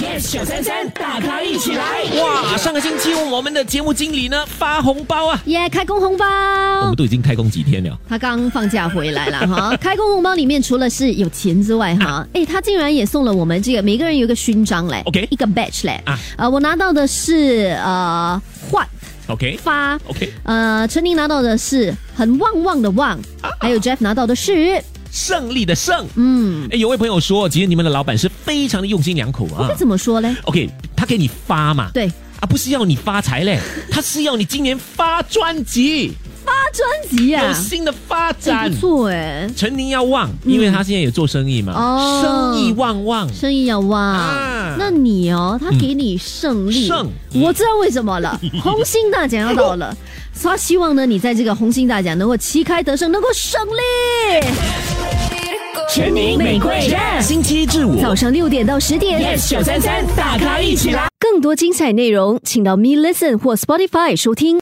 yes 九三三，大咖一起来！哇，上个星期我们的节目经理呢发红包啊，耶、开工红包！我们都已经开工几天了，他刚放假回来了 哈。开工红包里面除了是有钱之外哈，哎，他竟然也送了我们这个每个人有一个勋章嘞 OK 一个 badge 嘞。啊呃，我拿到的是呃焕 OK 发 OK，呃，陈宁拿到的是很旺旺的旺，啊还有 Jeff 拿到的是胜利的胜。嗯，哎，有位朋友说，其实你们的老板是非常的用心良苦啊该。怎么说嘞？ OK，他给你发嘛，对，啊，不是要你发财 嘞，他是要你今年发专辑，发专辑呀、有啊，新的发哎展不。错哎，陈宁要旺，因为他现在也做生意嘛，哦生意旺旺。生意要旺。啊那你哦，他给你胜利，胜我知道为什么了。 红星大奖要到了，他希望呢，你在这个红星大奖能够旗开得胜，能够胜利。全民玫瑰星期一至五早上六点到十点 yes 九三三，大咖一起来！更多精彩内容，请到 Me Listen 或 Spotify 收听。